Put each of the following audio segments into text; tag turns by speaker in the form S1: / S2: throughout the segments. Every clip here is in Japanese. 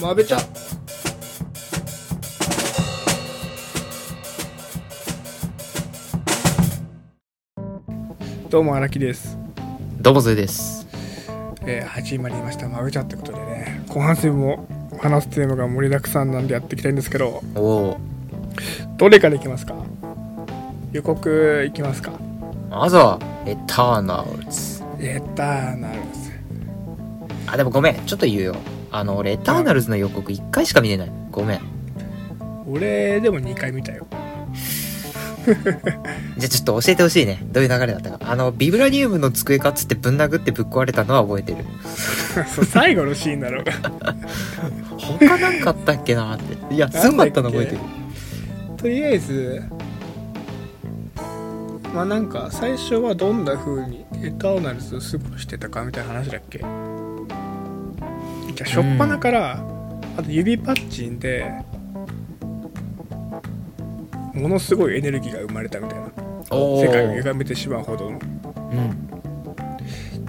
S1: まべちゃどうも荒木です、
S2: どうもずです。
S1: えー、始まりましたまべちゃってことでね後半戦も話すテーマが盛りだくさんなんでやっていきたいんですけど
S2: おお。
S1: どれからいきますか予告いきますか
S2: まずは、エターナルズ。
S1: エターナルズ
S2: あ、でもごめん。ちょっと言うよ。あの、俺、エターナルズの予告1回しか見てない。ごめん。
S1: 俺でも2回見たよ
S2: じゃあちょっと教えてほしいね。どういう流れだったか。あの、ビブラニウムの机かっつってぶん殴ってぶっ壊れたのは覚えてる。
S1: そう最後のシーンだろうが
S2: 他なんかあったっけなって。いや、すごかったの覚えてる。
S1: とりあえずまあなんか最初はどんな風にエターナルズを過ごしてたかみたいな話だっけじゃあ初っ端から、あと指パッチンでものすごいエネルギーが生まれたみたいな
S2: おお。
S1: 世界を歪めてしまうほどの
S2: う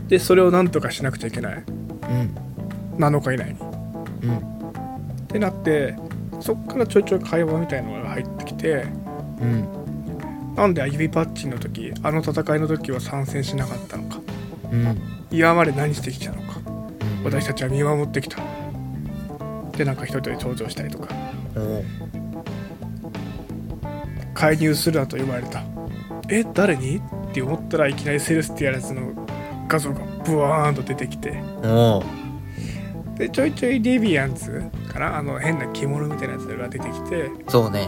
S2: ん。
S1: でそれをなんとかしなくちゃいけない
S2: うん。
S1: 7日以内に
S2: うん。
S1: ってなってそっからちょいちょい会話みたいのが入ってきて
S2: うん。
S1: なんで指パッチンの時あの戦いの時は参戦しなかったのか
S2: うん。
S1: 今まで何してきたのか
S2: うん
S1: 私たちは見守ってきたでなんか一人で登場したりとか
S2: おー
S1: 介入するなと言われたえ誰にって思ったらいきなりセルスティアラズの画像がブワーンと出てきて
S2: おー
S1: でちょいちょいデビアンツかなあの変な着物みたいなやつが出てきて
S2: そうね。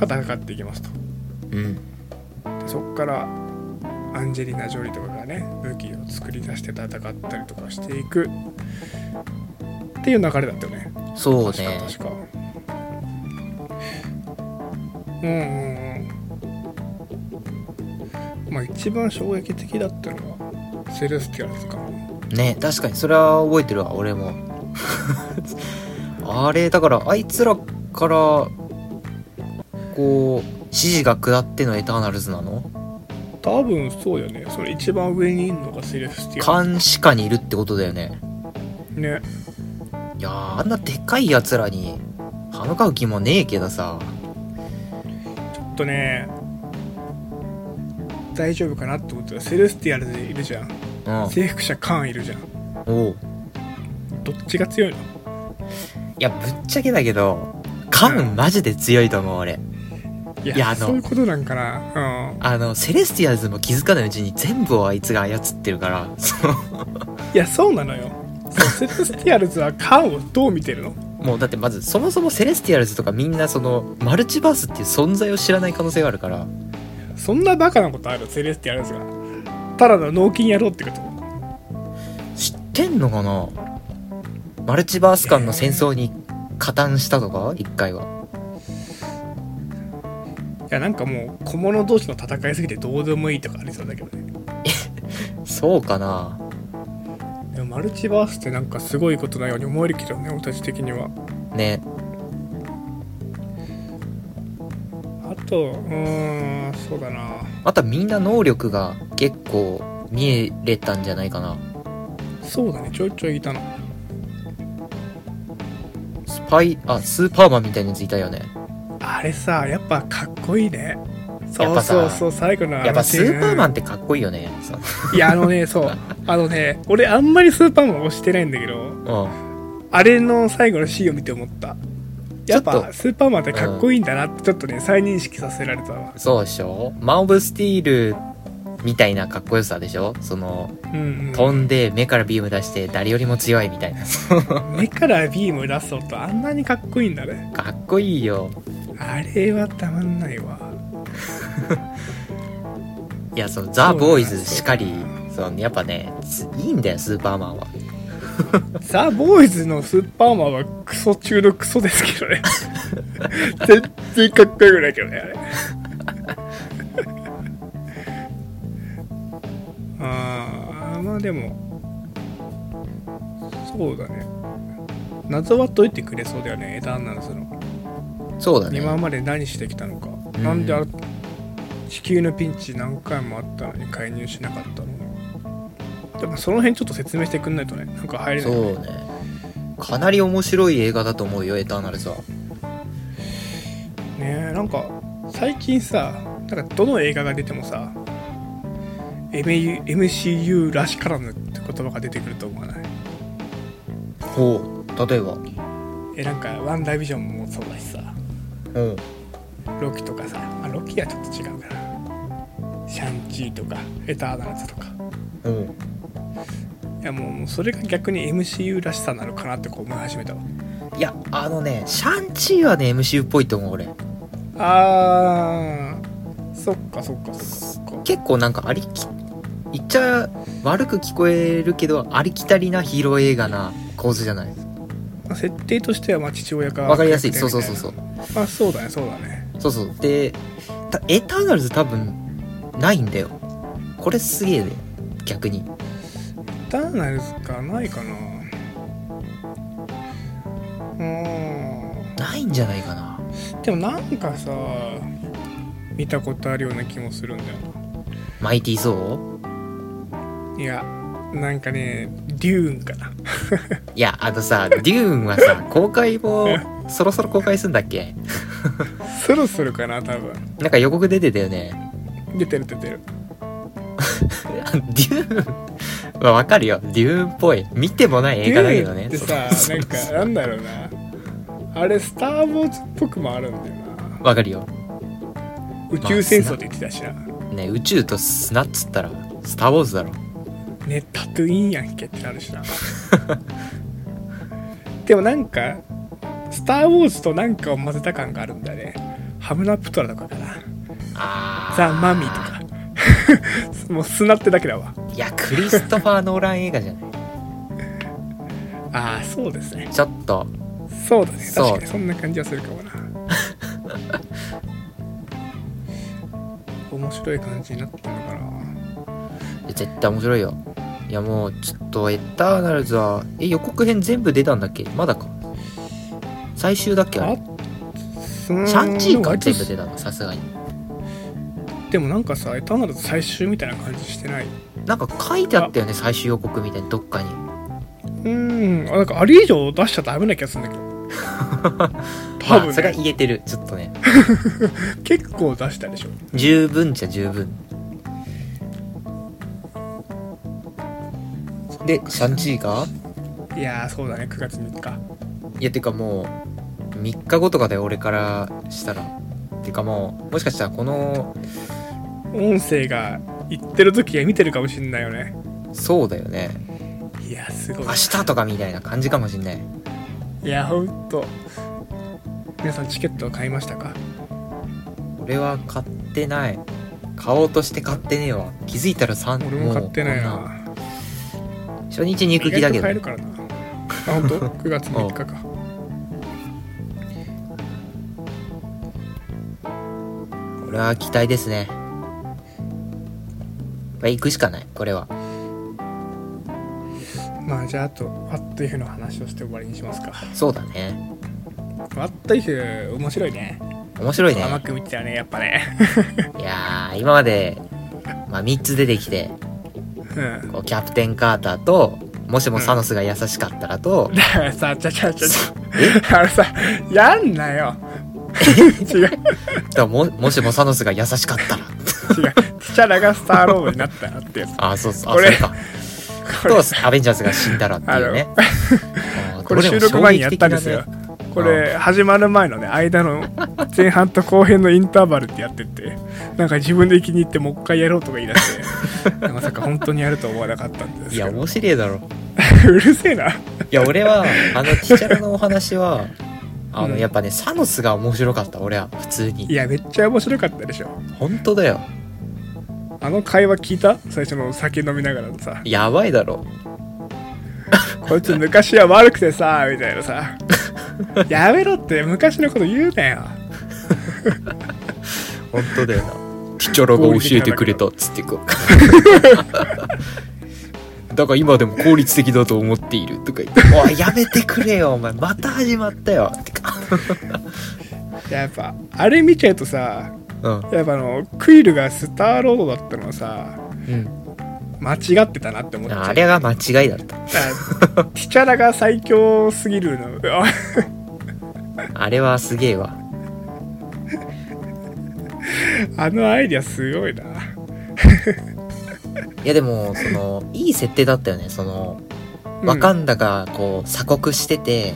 S1: 戦っていきますと
S2: うん。
S1: でそっからアンジェリーナ・ジョリーとかがね武器を作り出して戦ったりとかしていくっていう流れだったよね
S2: そう
S1: 確
S2: ね。
S1: か確かうんうんうんまあ一番衝撃的だったのはセレスティアルズかな
S2: ね確かにそれは覚えてるわ俺も あれだからあいつらからこう指示が下ってのエターナルズなの
S1: 多分そうよねそれ一番上にいるのがセレスティア
S2: 監視下にいるってことだよね
S1: ルね
S2: いやーあんなでかいやつらに歯向かう気もねえけどさ
S1: ちょっとね大丈夫かなって思ったらセレスティアルズいるじゃん
S2: うん
S1: 征服者カーンいるじゃん
S2: おう
S1: どっちが強いの
S2: いやぶっちゃけだけどカンマジで強いと思う俺
S1: いや
S2: いやあの
S1: そういうことなんかなうん
S2: あのセレスティアルズも気づかないうちに全部をあいつが操ってるからその
S1: いやそうなのよそうセレスティアルズはカーンをどう見てるの
S2: もうだってまずそもそもセレスティアルズとかみんなそのマルチバースっていう存在を知らない可能性があるから
S1: そんなバカなことあるセレスティアルズがただの脳筋やろうってこと
S2: 知ってんのかなマルチバース間の戦争に加担したとか一回はい
S1: やなんかもう小物同士の戦いすぎてどうでもいいとかありそうだけどね
S2: そうかな
S1: でもマルチバースってなんかすごいことなように思えるけどね俺たち的には
S2: ね
S1: あとうーんそうだな
S2: またみんな能力が結構見えれたんじゃないかな
S1: そうだねちょいちょいいたの
S2: スパイあスーパーマンみたいなやついたよね
S1: あれさやっぱかっこいいねそ
S2: やっ
S1: う
S2: ぱさ
S1: そうそう最後のあの
S2: やっぱスーパーマ
S1: ン
S2: ンってかっこいいよねそう
S1: いやあのねそうあのね俺あんまりスーパーマン推してないんだけど
S2: うん
S1: あれの最後のシーンを見て思った。やっ
S2: ちょっ
S1: ぱ
S2: と
S1: スーパーマンってかっこいいんだなってちょっとね、再認識させられたわ。
S2: そうでしょマン・オブ・スティールみたいなかっこよさでしょその
S1: うん、う
S2: 飛んで目からビーム出して誰よりも強いみたいな
S1: ん。目からビーム出そうとあんなにかっこいいんだね。
S2: かっこいいよ
S1: あれはたまんないわ。
S2: いやそのザ・ボーイズしか
S1: そ
S2: り
S1: うなん
S2: そのやっぱねついいんだよスーパーマンは
S1: ザ・ボーイズのスーパーマンはクソ中のクソですけどね。全然かっこよくないけどね、あれ。 あーまあでも、そうだね。謎は解いてくれそうだよね、エターナルズの。
S2: そうだね
S1: 今まで何してきたのか、
S2: うん
S1: なんであ地球のピンチ何回もあったのに介入しなかったのでもその辺ちょっと説明してくんないとねなんか入れな
S2: そ
S1: いう
S2: ねかなり面白い映画だと思うよエターナルズは
S1: ねえなんか最近さなんかどの映画が出てもさ MU MCU らしからぬって言葉が出てくると思わない
S2: ほう例えば
S1: えなんかワンダイビジョンもそうだしさ
S2: ほう
S1: ロキとかさ、まあ、ロキはちょっと違うからシャンチーとかエターナルズとか
S2: ほう
S1: いやもうもうそれが逆に MCU らしさなのかなってこう思い始めたわ
S2: いやあのねシャンチーはね MCU っぽいと思う俺
S1: あーそっかそっかそっかそっか
S2: 結構なんかありき言っちゃ悪く聞こえるけどありきたりなヒーロー映画な構図じゃない
S1: まあ設定としてはまあ父親か
S2: わかりやすいそうそうそうそう
S1: まあそうだねそうだね
S2: そうそうでたエターナルズ多分ないんだよこれすげえね逆に
S1: エターナルズかないかなうー
S2: ないんじゃないかなん
S1: でもなんかさ見たことあるような気もするんだよ
S2: マイティー・ゾ
S1: ないやなんかねデューンかな
S2: ーいやあのさデューンは さ公開もそろそろ公開すんだっけ
S1: そろそろかな多分
S2: なんか予告出てたよね
S1: 出てる出てる
S2: あデューンはわかるよデューンっぽい見てもない映画だけどね
S1: デューンってさなんかなんだろうなあれスター・ウォーズっぽくもあるんだよな
S2: わかるよ
S1: 宇宙戦争って言ってたしな、
S2: ね宇宙と砂っつったらスター・ウォーズだろ
S1: ねタトゥインやんけってなるしな でもなんか「スター・ウォーズ」となんかを混ぜた感があるんだねハムラプトラとかかな
S2: あ
S1: ザ・マミーとか もう砂ってだけだわ
S2: ーいやクリストファー・ノーラン映画じゃない
S1: ああそうですね
S2: ちょっと
S1: そうだね
S2: そう
S1: 確かにそんな感じはするかも な面白い感じになったのかな
S2: 絶対面白いよいやもうちょっとエターナルズはえ予告編全部出たんだっけまだか最終だっけあれ
S1: シ
S2: シャンチーか全部出たのさすがに
S1: でもなんかさエターナルズ最終みたいな感じしてない
S2: なんか書いてあったよね最終予告みたいにどっかに
S1: うーんあなんかあれ以上出しちゃダメな気がするんだけど多
S2: まあ
S1: 分、
S2: それは
S1: ね
S2: 言えてるちょっとね
S1: 結構出したでしょ
S2: 十分じゃ十分でシャンチーが
S1: いやーそうだね9月3日
S2: いやてかもう3日後とかだよ俺からしたらてかもうもしかしたらこの
S1: 音声が言ってる時は見てるかもしんないよね
S2: そうだよね
S1: いやすごい
S2: 明日とかみたいな感じかもしんない
S1: いやほんと皆さんチケットを買いましたか
S2: 俺は買ってない買おうとして買ってねえわ気づいたら3
S1: 俺も買ってない
S2: もうこん
S1: な
S2: 初日肉気だけ
S1: 意外と買え
S2: ど
S1: るからなあ本当 9月3日か
S2: これは期待ですねこれ行くしかないこれは
S1: まあじゃああと「ワットイフの話をして終わりにしますか
S2: そうだね
S1: 「ワットイフ面白いね
S2: 面白いね
S1: 甘く見てたねやっぱね
S2: いやー今まで、まあ、3つ出てきて
S1: うん
S2: こうキャプテン・カーターともしもサノスが優しかった らと、
S1: だからさちゃちゃちゃちゃあのさやんな よ違う違う
S2: だももしもサノスが優しかったら
S1: チャラがスターロードになったなってやつ
S2: あそうそうあ
S1: こ
S2: そ
S1: れ
S2: れか
S1: これ
S2: とアベンジャーズが死んだらっていうねあー
S1: これ
S2: ど
S1: 収録
S2: も衝撃的なね
S1: 前にやったんですよこれ始まる前のね間の前半と後編のインターバルってやっててなんか自分で気に入ってもう一回やろうとか言い出して まさか本当にやるとは思わなかったんです
S2: い
S1: け
S2: や
S1: ど
S2: 面白いだろ
S1: うるせえない
S2: や俺はあのチチャラのお話はあの、
S1: うん
S2: やっぱねサノスが面白かった俺は普通に
S1: いやめっちゃ面白かったでしょ
S2: 本当だよ
S1: あの会話聞いた最初の酒飲みながらのさ
S2: やばいだろ
S1: こいつ昔は悪くてさみたいな さやめろって昔のこと言うなよ
S2: 本当だよ なチチャラ
S1: が教えてくれた
S2: っつっ てこだから今でも効率的だと思っていると か言って「おいやめてくれよお前また始まったよ」てか
S1: やっぱあれ見ち ゃうとさ
S2: うん
S1: やっぱあのクイルがスターロードだったのはさ
S2: うん
S1: 間違ってたなって思っちゃう
S2: ああれが間違いだった
S1: あティチャラが最強すぎるの あ
S2: あれはすげえわ
S1: あのアイディアすごいない
S2: やでもそのいい設定だったよねそのワカンダがこう鎖国してて、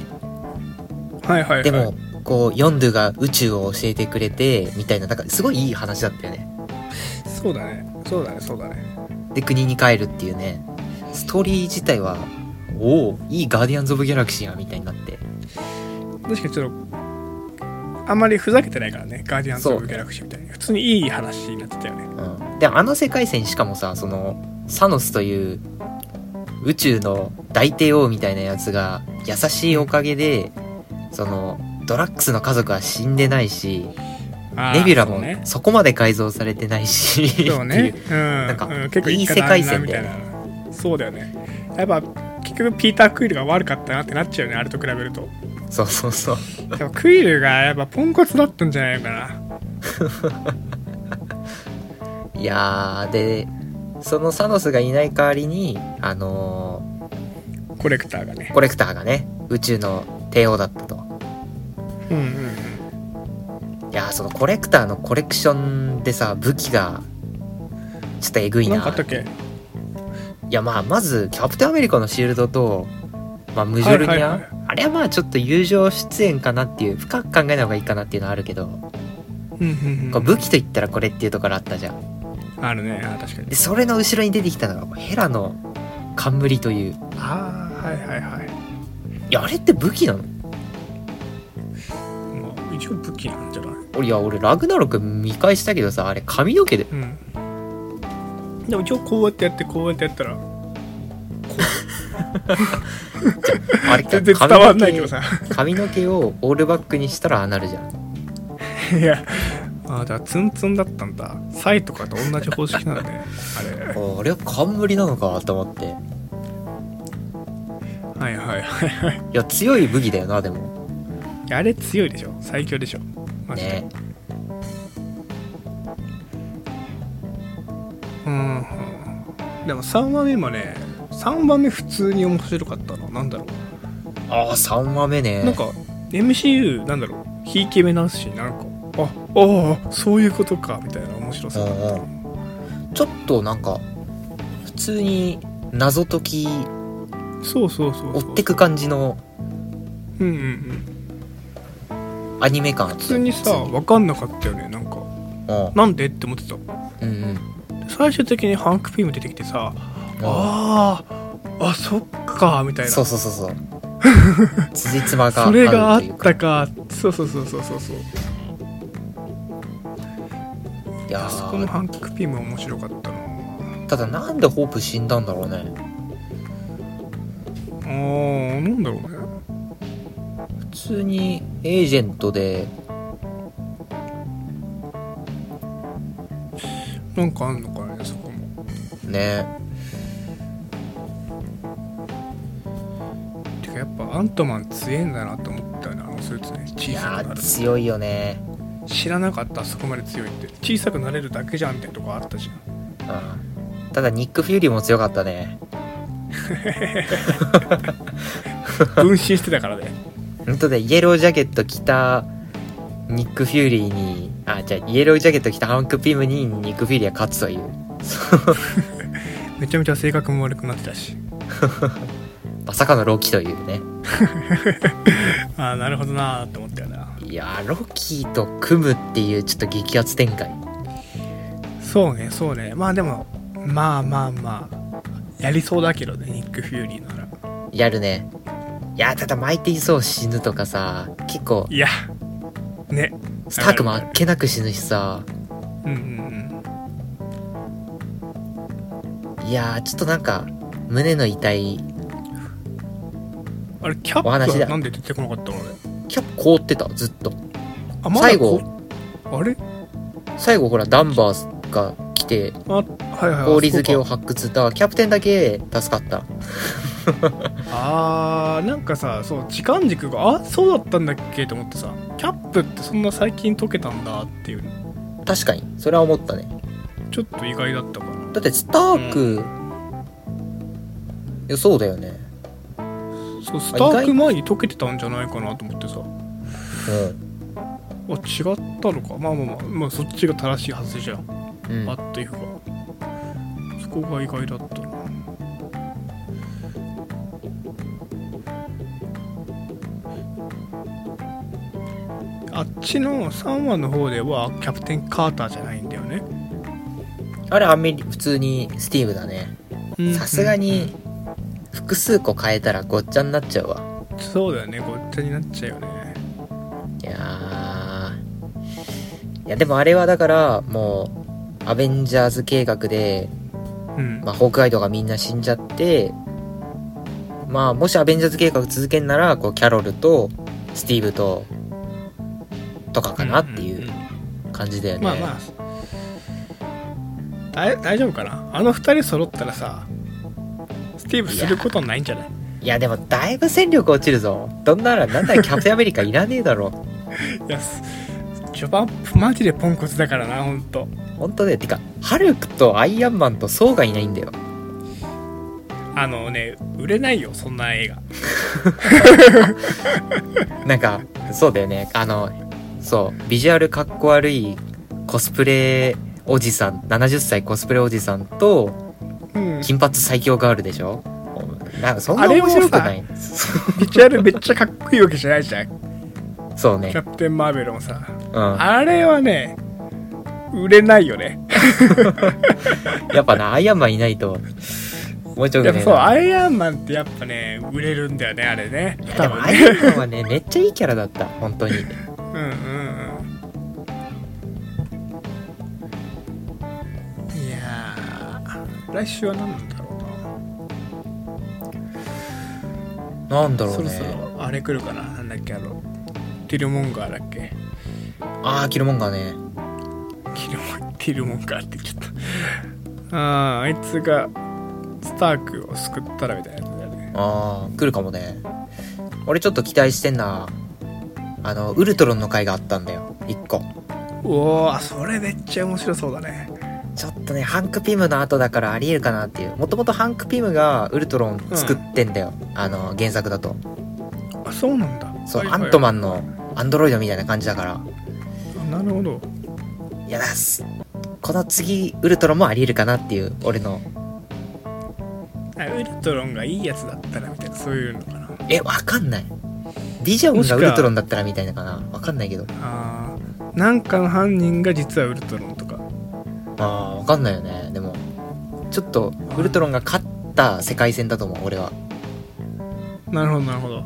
S1: はいはいはい
S2: でもこうヨンドゥが宇宙を教えてくれてみたいななんかすごいいい話だったよね
S1: そうだねそうだねそうだね
S2: で国に帰るっていうねストーリー自体はおおいいガーディアンズ・オブ・ギャラクシーやみたいになって
S1: 確かにちょっとあんまりふざけてないからねガーディアンズ・オブ・ギャラクシーみたいに普通にいい話になってたよね
S2: うん、であの世界線しかもさそのサノスという宇宙の大帝王みたいなやつが優しいおかげでそのドラッグスの家族は死んでないし
S1: あー
S2: ネビュラ
S1: そう
S2: も
S1: ね
S2: そこまで改造されてないし
S1: そう
S2: ってい
S1: ね
S2: う
S1: うん
S2: なんか
S1: うん、結構
S2: いい
S1: 一
S2: 世
S1: 家団
S2: 界
S1: らん
S2: 線
S1: み
S2: だ
S1: た
S2: よ
S1: い
S2: ね
S1: なそうだよねやっぱ結局ピーター・クイルが悪かったなってなっちゃうよねあれと比べると
S2: そうそうそう
S1: でもクイルがやっぱポンコツだったんじゃないかない
S2: やーでそのサノスがいない代わりにあの
S1: コレクターがね
S2: ーコレクターがね宇宙の帝王だったと
S1: うんうんうん
S2: いやーそのコレクターのコレクションでさ武器がちょっとえぐいな
S1: なんかあったっけ
S2: いやまあまずキャプテンアメリカのシールドと、まあ、ムジョルニア、
S1: はいはいはい
S2: あれはまあちょっと友情出演かなっていう深く考えない方がいいかなっていうのはあるけど、
S1: うんうん
S2: こう武器といったらこれっていうところあったじゃん
S1: あるねあ確かに
S2: でそれの後ろに出てきたのがヘラの冠という
S1: ああはいはいはい
S2: いやあれって武器なの
S1: まあ一応武器なんじゃない
S2: 俺いや俺ラグナロク見返したけどさあれ髪の毛で
S1: うんでも一応こうやってやってこうやってやったら
S2: あれって
S1: 全然伝わんないけどさ
S2: 髪の毛髪の毛をオールバックにしたらああなるじゃん
S1: いやああだからツンツンだったんだサイとかと同じ方式なんだねあ
S2: ああれは冠なのかと思って
S1: れはいはいはいはい
S2: いや強い武器だよなでも
S1: いやあれ強いでしょ最強でしょマジで、
S2: ね
S1: うんうんでも3話目もね3話目普通に面白かったのなんだろ
S2: ああ3話目ね
S1: うなんか MCU なんだろうひいき目なんすしなんかあああそういうことかみたいな面白
S2: う
S1: さだった
S2: んうんちょっとなんか普通に謎解き
S1: そうそうそう
S2: 追
S1: そう
S2: ってく感じの
S1: うんうんうん
S2: アニメ感あった
S1: 普通にさ分かんなかったよねなんか
S2: うん
S1: なんでって思ってた
S2: うんうん
S1: 最終的にハンク・ピーム出てきてさ
S2: あ
S1: あーあそっかみたいな
S2: そうそうそうそう 辻褄が合
S1: そうれがあ
S2: と
S1: っ
S2: いうか
S1: たかそうそうそうそうそうそう
S2: いや
S1: あそこのハンク・ピーム面白かったな
S2: ーただなんでホープ死んだんだろうね
S1: あーなんだろうね
S2: 普通にエージェントで
S1: なんかあんのかねそこも
S2: ね
S1: てかやっぱアントマン強えんだなと思ったよねあのスーツね
S2: い
S1: 小さ
S2: や
S1: くな
S2: ー
S1: る
S2: 強いよね
S1: 知らなかったあそこまで強いって小さくなれるだけじゃんみたいなとこあったじゃん
S2: うんただニック・フューリーも強かったね
S1: 分身してたからね
S2: 本当でイエロージャケット着たニック・フューリーにあじゃあイエロージャケット着たハンク・ピムにニック・フューリーは勝つという
S1: めちゃめちゃ性格も悪くなってたし
S2: まさかのロキというね
S1: ああなるほどなーって思ったよない
S2: やーロキと組むっていうちょっと激アツ展開
S1: そうねそうねまあでもまあまあまあやりそうだけどねニック・フューリーなら
S2: やるねいやーただマイティー・ソー死ぬとかさ結構
S1: いやね
S2: スタークもあっけなく死ぬしさ
S1: うんうん
S2: いやーちょっとなんか胸の痛い
S1: うんあれキャップ
S2: お話だ
S1: はなんで出てこなかったのね
S2: キャップ凍ってたずっと
S1: あまだ
S2: 最後
S1: こあれ
S2: 最後ほらダンバーが来て
S1: あはいはい
S2: 氷漬けを
S1: そう
S2: 発掘だからキャプテンだけ助かった
S1: かあーなんかさそう時間軸があそうだったんだっけと思ってさキャップってそんな最近解けたんだっていう
S2: 確かにそれは思ったね
S1: ちょっと意外だったかな
S2: だってスターク、いやそうだよね
S1: そうスターク前に溶けてたんじゃないかなと思ってさあ違ったのかまあまあまあ、まあ、そっちが正しいはずじゃん
S2: うん、うん
S1: あ、っていうかそこが意外だったなあっちの3話の方ではキャプテン・カーターじゃないんだよね
S2: あれアメリ普通にスティーブだねさすがに複数個変えたらごっちゃになっちゃうわ
S1: そうだよねごっちゃになっちゃうよね
S2: いやーいやでもあれはだからもうアベンジャーズ計画で、
S1: うん、
S2: まあ、ホークアイドがみんな死んじゃってまあもしアベンジャーズ計画続けんならこうキャロルとスティーブととかかなってい
S1: んん
S2: うん感じだよね、
S1: まあまあ大大丈夫かなあの2人揃ったらさスティーブすることないんじゃない
S2: いやでもだいぶ戦力落ちるぞどんならなんだよキャプテンアメリカいらねえだろ
S1: いやす序盤マジでポンコツだからなほんと
S2: 本当だよてかハルクとアイアンマンとソウがいないんだよ
S1: あのね売れないよそんな映画
S2: なんかそうだよねあのそうビジュアルかっこ悪いコスプレおじさん70歳コスプレおじさんと
S1: うん
S2: 金髪最強ガールでしょなんかそんな
S1: あれも
S2: 面
S1: さ
S2: 白くない
S1: ビチュアルめっちゃかっこいいわけじゃないじゃん
S2: そうね
S1: キャプテン・マーベルもさ
S2: うん
S1: あれはね売れないよね
S2: やっぱなアイアンマンいないともうちょい
S1: やっぱそう
S2: な
S1: アイアンマンってやっぱね売れるんだよねあれね
S2: いやで
S1: 多
S2: も
S1: 分
S2: ア
S1: ね
S2: イアンマンはねめっちゃいいキャラだった本当に
S1: うんうんうんいやー来週は何なんだろうな
S2: なんだろ
S1: そうろ
S2: ね
S1: そろあれ来るかななんだっけあのティルモンガーだっけ
S2: ああキルモンガーね
S1: ティルモンティルモンガーって言っちゃったあああいつがスタークを救ったらみたいなやつだよね
S2: ああ来るかもね俺ちょっと期待してんなあのウルトロンの回があったんだよ1個
S1: おおそれめっちゃ面白そうだね
S2: ちょっとねハンク・ピムの後だからありえるかなっていうもともとハンク・ピムがウルトロン作ってんだよ、あの原作だと
S1: あそうなんだ
S2: そう、
S1: はいはい
S2: アントマンのアンドロイドみたいな感じだから
S1: なるほど
S2: いやだすこの次ウルトロンもありえるかなっていう俺の
S1: あウルトロンがいいやつだったらみたいなそういうのかな
S2: えわかんないディジャオンがウルトロンだったらみたいなかなわかんないけど
S1: あーなんかの犯人が実はウルトロンとか
S2: あーわかんないよねでもちょっとウルトロンが勝った世界戦だと思う俺は
S1: なるほどなるほど
S2: う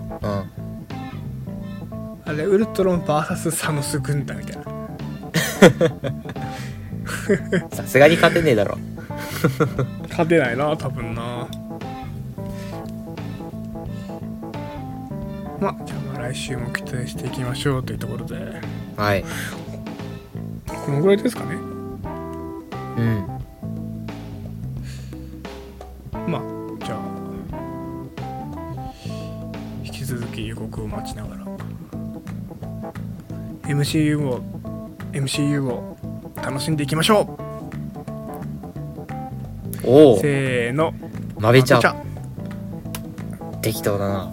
S1: あれウルトロン VS サノス軍団みたいなん
S2: さすがに勝てねえだろ
S1: 勝てないな多分なまあじゃあまあ来週も期待していきましょうというところで
S2: はい
S1: このぐらいですかね
S2: うん
S1: まあじゃあ引き続き予告を待ちながら MCU を MCU を楽しんでいきましょ
S2: お
S1: う
S2: お
S1: せーの
S2: まべち
S1: まべ
S2: ゃ適当だな